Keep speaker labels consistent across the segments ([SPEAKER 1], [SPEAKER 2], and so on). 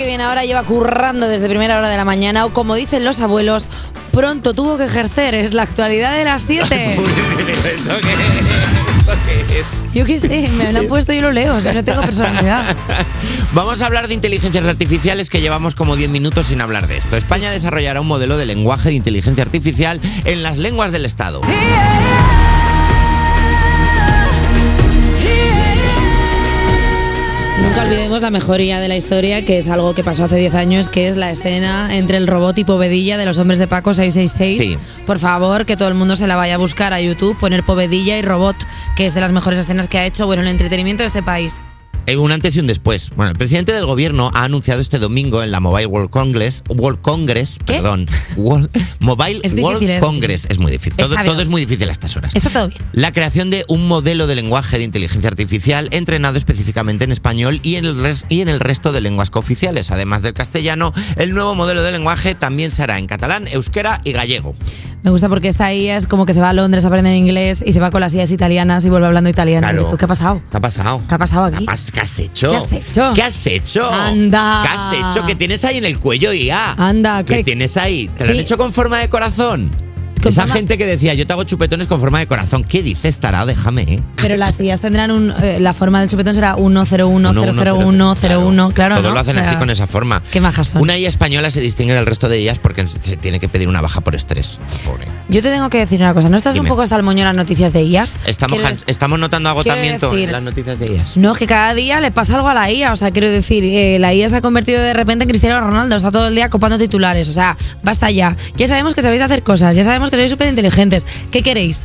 [SPEAKER 1] que viene ahora lleva currando desde primera hora de la mañana o como dicen los abuelos, pronto tuvo que ejercer, es la actualidad de las 7.
[SPEAKER 2] ¿Esto qué es? ¿Esto qué es?
[SPEAKER 1] Yo qué sé, me lo han puesto y yo lo leo, si no tengo personalidad.
[SPEAKER 2] Vamos a hablar de inteligencias artificiales que llevamos como 10 minutos sin hablar de esto. España desarrollará un modelo de lenguaje de inteligencia artificial en las lenguas del Estado.
[SPEAKER 1] Nunca olvidemos la mejoría de la historia, que es algo que pasó hace 10 años, que es la escena entre el robot y Povedilla de los hombres de Paco 666. Por favor, que todo el mundo se la vaya a buscar a YouTube, poner Povedilla y robot, que es de las mejores escenas que ha hecho, bueno, el entretenimiento de este país.
[SPEAKER 2] Eh, Un antes y un después. Bueno, el presidente del gobierno ha anunciado este domingo en la Mobile World Congress, World Congress,
[SPEAKER 1] ¿Qué?
[SPEAKER 2] perdón, World- Mobile
[SPEAKER 1] Es difícil,
[SPEAKER 2] World
[SPEAKER 1] es
[SPEAKER 2] Congress, es muy difícil.
[SPEAKER 1] Está
[SPEAKER 2] Todo,
[SPEAKER 1] bien.
[SPEAKER 2] todo es muy difícil a estas horas.
[SPEAKER 1] Está todo bien.
[SPEAKER 2] La creación de un modelo de lenguaje de inteligencia artificial entrenado específicamente en español y en el, res- y en el resto de lenguas cooficiales. Además del castellano, el nuevo modelo de lenguaje también se hará en catalán, euskera y gallego.
[SPEAKER 1] Me gusta porque esta IA es como que se va a Londres a aprender inglés y se va con las IAs italianas y vuelve hablando italiano. Y tú, ¿Qué ha pasado?
[SPEAKER 2] ¿Qué ha pasado?
[SPEAKER 1] ¿Qué ha pasado
[SPEAKER 2] ¿Qué ha
[SPEAKER 1] aquí?
[SPEAKER 2] pas- qué has hecho?
[SPEAKER 1] ¿Qué has hecho?
[SPEAKER 2] ¿Qué has hecho?
[SPEAKER 1] Anda.
[SPEAKER 2] ¿Qué has hecho? ¿Qué tienes ahí en el cuello, IA?
[SPEAKER 1] Anda,
[SPEAKER 2] ¿Qué
[SPEAKER 1] ¿qué?
[SPEAKER 2] tienes ahí? ¿Te lo han
[SPEAKER 1] Sí.
[SPEAKER 2] hecho con forma de corazón?
[SPEAKER 1] Con
[SPEAKER 2] Esa
[SPEAKER 1] forma-
[SPEAKER 2] gente que decía, yo te hago chupetones con forma de corazón. ¿Qué dices, tarado? Déjame, ¿eh?
[SPEAKER 1] Pero las IAs tendrán un, eh, la forma del chupetón será 101, 001, 01, claro.
[SPEAKER 2] Todos
[SPEAKER 1] ¿no?
[SPEAKER 2] lo hacen
[SPEAKER 1] O sea,
[SPEAKER 2] así con esa forma.
[SPEAKER 1] Qué majas son.
[SPEAKER 2] Una IA española se distingue del resto de ellas porque se tiene que pedir una baja por estrés. Pobre.
[SPEAKER 1] Yo te tengo que decir una cosa. ¿No estás
[SPEAKER 2] Dime.
[SPEAKER 1] un poco hasta el moño en las noticias de IAS?
[SPEAKER 2] Estamos,
[SPEAKER 1] Quiero
[SPEAKER 2] jan- estamos notando agotamiento
[SPEAKER 1] decir- ¿Eh?
[SPEAKER 2] en las noticias de ellas.
[SPEAKER 1] No, es que cada día le pasa algo a la IA. O sea, quiero decir, eh, la IA se ha convertido de repente en Cristiano Ronaldo. Está todo el día copando titulares. O sea, basta ya. Ya sabemos que sabéis hacer cosas. Ya sabemos que sois súper inteligentes. ¿Qué queréis?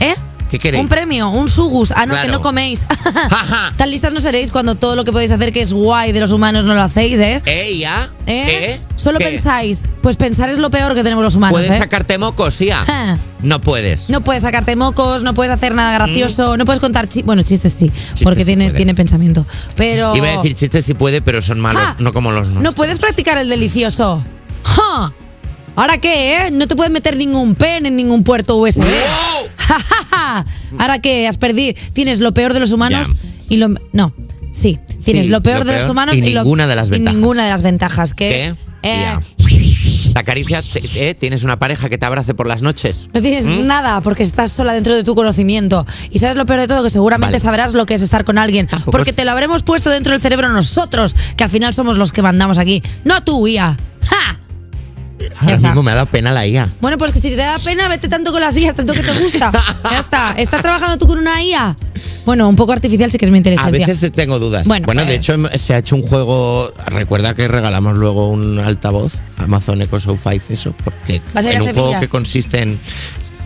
[SPEAKER 1] ¿Eh?
[SPEAKER 2] ¿Qué queréis?
[SPEAKER 1] ¿Un premio? ¿Un sugus? Ah, no,
[SPEAKER 2] Claro.
[SPEAKER 1] que no coméis.
[SPEAKER 2] Ajá.
[SPEAKER 1] Tan listas no seréis cuando todo lo que podéis hacer que es guay de los humanos no lo hacéis, ¿eh?
[SPEAKER 2] ¿Eh, IA?
[SPEAKER 1] ¿Eh?
[SPEAKER 2] ¿Eh?
[SPEAKER 1] Solo
[SPEAKER 2] ¿Qué?
[SPEAKER 1] pensáis. Pues pensar es lo peor que tenemos los humanos,
[SPEAKER 2] ¿Puedes
[SPEAKER 1] ¿eh?
[SPEAKER 2] sacarte mocos, IA?
[SPEAKER 1] Ah.
[SPEAKER 2] No puedes.
[SPEAKER 1] No puedes sacarte mocos, no puedes hacer nada gracioso, no puedes contar chistes. Bueno, chistes sí, porque
[SPEAKER 2] Mm. sí
[SPEAKER 1] tiene,
[SPEAKER 2] puede.
[SPEAKER 1] tiene pensamiento. Pero.
[SPEAKER 2] Iba a decir chistes si puede, pero son malos,
[SPEAKER 1] ¡Ja!
[SPEAKER 2] no como los nuestros.
[SPEAKER 1] No puedes practicar el delicioso. ¡Ja! ¿Ahora qué, eh? No te puedes meter ningún pen en ningún puerto USB.
[SPEAKER 2] ¡Wow!
[SPEAKER 1] ¡Ja, ja, ja! ¿Ahora qué? Has perdido. Tienes lo peor de los humanos
[SPEAKER 2] Ya.
[SPEAKER 1] y lo. No, sí. Tienes
[SPEAKER 2] Sí,
[SPEAKER 1] lo peor
[SPEAKER 2] lo
[SPEAKER 1] de los
[SPEAKER 2] peor
[SPEAKER 1] humanos
[SPEAKER 2] y
[SPEAKER 1] y, lo-
[SPEAKER 2] ninguna de las
[SPEAKER 1] y
[SPEAKER 2] ventajas.
[SPEAKER 1] ninguna de las ventajas. Que
[SPEAKER 2] ¿Qué?
[SPEAKER 1] es, eh,
[SPEAKER 2] Ya. E, La caricia, te- eh, tienes una pareja que te abrace por las noches.
[SPEAKER 1] No tienes
[SPEAKER 2] ¿Mm?
[SPEAKER 1] nada porque estás sola dentro de tu conocimiento. Y sabes lo peor de todo, que seguramente
[SPEAKER 2] Vale.
[SPEAKER 1] sabrás lo que es estar con alguien.
[SPEAKER 2] Tampoco
[SPEAKER 1] Porque
[SPEAKER 2] es-
[SPEAKER 1] te lo habremos puesto dentro del cerebro nosotros, que al final somos los que mandamos aquí. No tú, IA. ¡Ja!
[SPEAKER 2] Ahora
[SPEAKER 1] está.
[SPEAKER 2] mismo me ha dado pena la IA.
[SPEAKER 1] Bueno, pues que si te da pena, vete tanto con las IAs, tanto que te gusta. Ya está. ¿Estás trabajando tú con una IA? Bueno, un poco artificial sí que es mi
[SPEAKER 2] A
[SPEAKER 1] inteligencia.
[SPEAKER 2] veces tengo dudas. Bueno,
[SPEAKER 1] Bueno,
[SPEAKER 2] de
[SPEAKER 1] eh.
[SPEAKER 2] hecho em- se ha hecho un juego. Recuerda que regalamos luego un altavoz Amazon Echo Show 5, eso, porque
[SPEAKER 1] ¿Vas a ir
[SPEAKER 2] en
[SPEAKER 1] a
[SPEAKER 2] un
[SPEAKER 1] Sevilla?
[SPEAKER 2] juego que consiste en,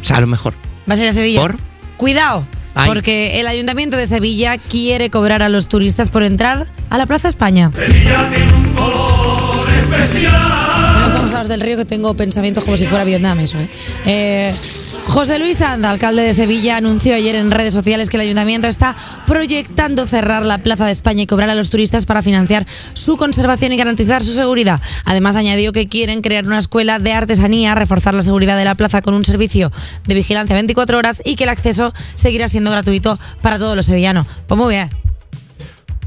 [SPEAKER 2] o sea, a lo mejor.
[SPEAKER 1] ¿Vas a ir a Sevilla?
[SPEAKER 2] ¿Por?
[SPEAKER 1] Cuidado,
[SPEAKER 2] Ay.
[SPEAKER 1] porque el Ayuntamiento de Sevilla quiere cobrar a los turistas por entrar a la Plaza España.
[SPEAKER 3] Sevilla tiene un color especial.
[SPEAKER 1] Bueno, vamos a los del río que tengo pensamientos como si fuera Vietnam eso, ¿eh? Eh, José Luis Anda, alcalde de Sevilla, anunció ayer en redes sociales que el ayuntamiento está proyectando cerrar la Plaza de España y cobrar a los turistas para financiar su conservación y garantizar su seguridad. Además, añadió que quieren crear una escuela de artesanía, reforzar la seguridad de la plaza con un servicio de vigilancia 24 horas y que el acceso seguirá siendo gratuito para todos los sevillanos. Pues muy bien.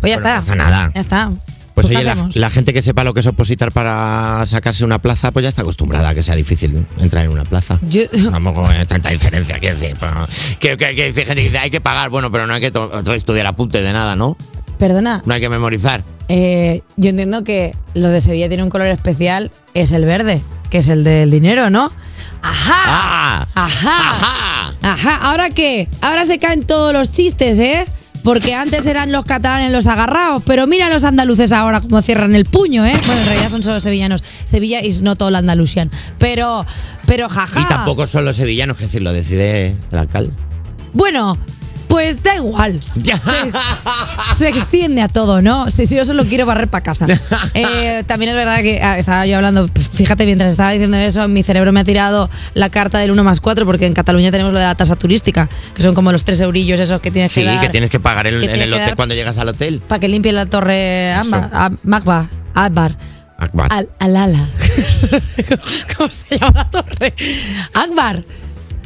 [SPEAKER 1] Pues ya
[SPEAKER 2] Bueno,
[SPEAKER 1] está.
[SPEAKER 2] no pasa nada.
[SPEAKER 1] Ya está.
[SPEAKER 2] Pues
[SPEAKER 1] ¿qué
[SPEAKER 2] oye, la,
[SPEAKER 1] hacemos?
[SPEAKER 2] la gente que sepa lo que es opositar para sacarse una plaza, pues ya está acostumbrada a que sea difícil entrar en una plaza.
[SPEAKER 1] Yo-
[SPEAKER 2] Vamos con eh, tanta diferencia, quiero decir. pues, Que, que- que dice gente que dice, hay que pagar, bueno, pero no hay que to- estudiar apuntes de nada, ¿no?
[SPEAKER 1] Perdona,
[SPEAKER 2] No hay que memorizar.
[SPEAKER 1] Eh, yo entiendo que lo de Sevilla tiene un color especial, es el verde, que es el del dinero, ¿no? ¡Ajá!
[SPEAKER 2] ¡Ah!
[SPEAKER 1] Ajá.
[SPEAKER 2] ¡Ajá!
[SPEAKER 1] ¡Ajá! ¿Ahora qué? Ahora se caen todos los chistes, ¿eh? Porque antes eran los catalanes los agarrados, pero mira los andaluces ahora como cierran el puño, ¿eh? Bueno, en realidad son solo sevillanos. Sevilla is not all Andalusian. Pero, pero jaja.
[SPEAKER 2] Y tampoco son los sevillanos, que decir, lo decide el alcalde.
[SPEAKER 1] Bueno, pues da igual. Pues,
[SPEAKER 2] Ya.
[SPEAKER 1] Se, se extiende a todo, ¿no? Si, si yo solo quiero barrer para casa. Eh, también es verdad que ah, estaba yo hablando, fíjate, mientras estaba diciendo eso, mi cerebro me ha tirado la carta del 1 más 4, porque en Cataluña tenemos lo de la tasa turística, que son como los tres eurillos esos que tienes
[SPEAKER 2] Sí,
[SPEAKER 1] que dar.
[SPEAKER 2] que tienes que pagar el-
[SPEAKER 1] que
[SPEAKER 2] en
[SPEAKER 1] tiene
[SPEAKER 2] el
[SPEAKER 1] que
[SPEAKER 2] hotel
[SPEAKER 1] dar-
[SPEAKER 2] cuando llegas al hotel.
[SPEAKER 1] Para que limpie la torre Amba-
[SPEAKER 2] Eso.
[SPEAKER 1] a- Magba, Akbar.
[SPEAKER 2] Akbar.
[SPEAKER 1] Al, al ala. ¿Cómo se llama la torre? Akbar.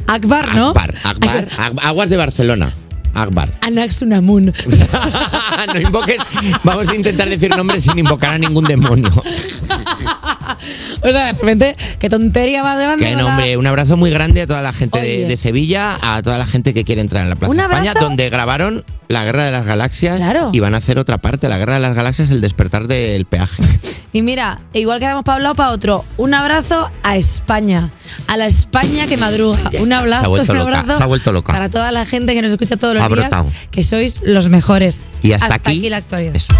[SPEAKER 1] Akbar, ¿no?
[SPEAKER 2] Akbar, Akbar, Ak- Aguas de Barcelona. Akbar.
[SPEAKER 1] Anaxunamun.
[SPEAKER 2] no invoques. Vamos a intentar decir nombres sin invocar a ningún demonio.
[SPEAKER 1] O sea, de repente, qué tontería más grande.
[SPEAKER 2] Que
[SPEAKER 1] ¿verdad?
[SPEAKER 2] nombre, un abrazo muy grande a toda la gente de,
[SPEAKER 1] Oye.
[SPEAKER 2] de Sevilla, a toda la gente que quiere entrar en la Plaza
[SPEAKER 1] Un
[SPEAKER 2] de España,
[SPEAKER 1] abrazo.
[SPEAKER 2] donde grabaron la Guerra de las Galaxias
[SPEAKER 1] Claro.
[SPEAKER 2] y van a hacer otra parte, la Guerra de las Galaxias, el despertar del peaje.
[SPEAKER 1] Y mira, igual que damos para un lado, para otro. Un abrazo a España. A la España que madruga.
[SPEAKER 2] Ya
[SPEAKER 1] un
[SPEAKER 2] está,
[SPEAKER 1] abrazo,
[SPEAKER 2] se ha vuelto
[SPEAKER 1] un
[SPEAKER 2] loca,
[SPEAKER 1] abrazo
[SPEAKER 2] se ha vuelto loca.
[SPEAKER 1] Para toda la gente que nos escucha todos los
[SPEAKER 2] Ha
[SPEAKER 1] días.
[SPEAKER 2] brotado.
[SPEAKER 1] Que sois los mejores.
[SPEAKER 2] Y hasta, aquí,
[SPEAKER 1] la actualidad.
[SPEAKER 2] eso.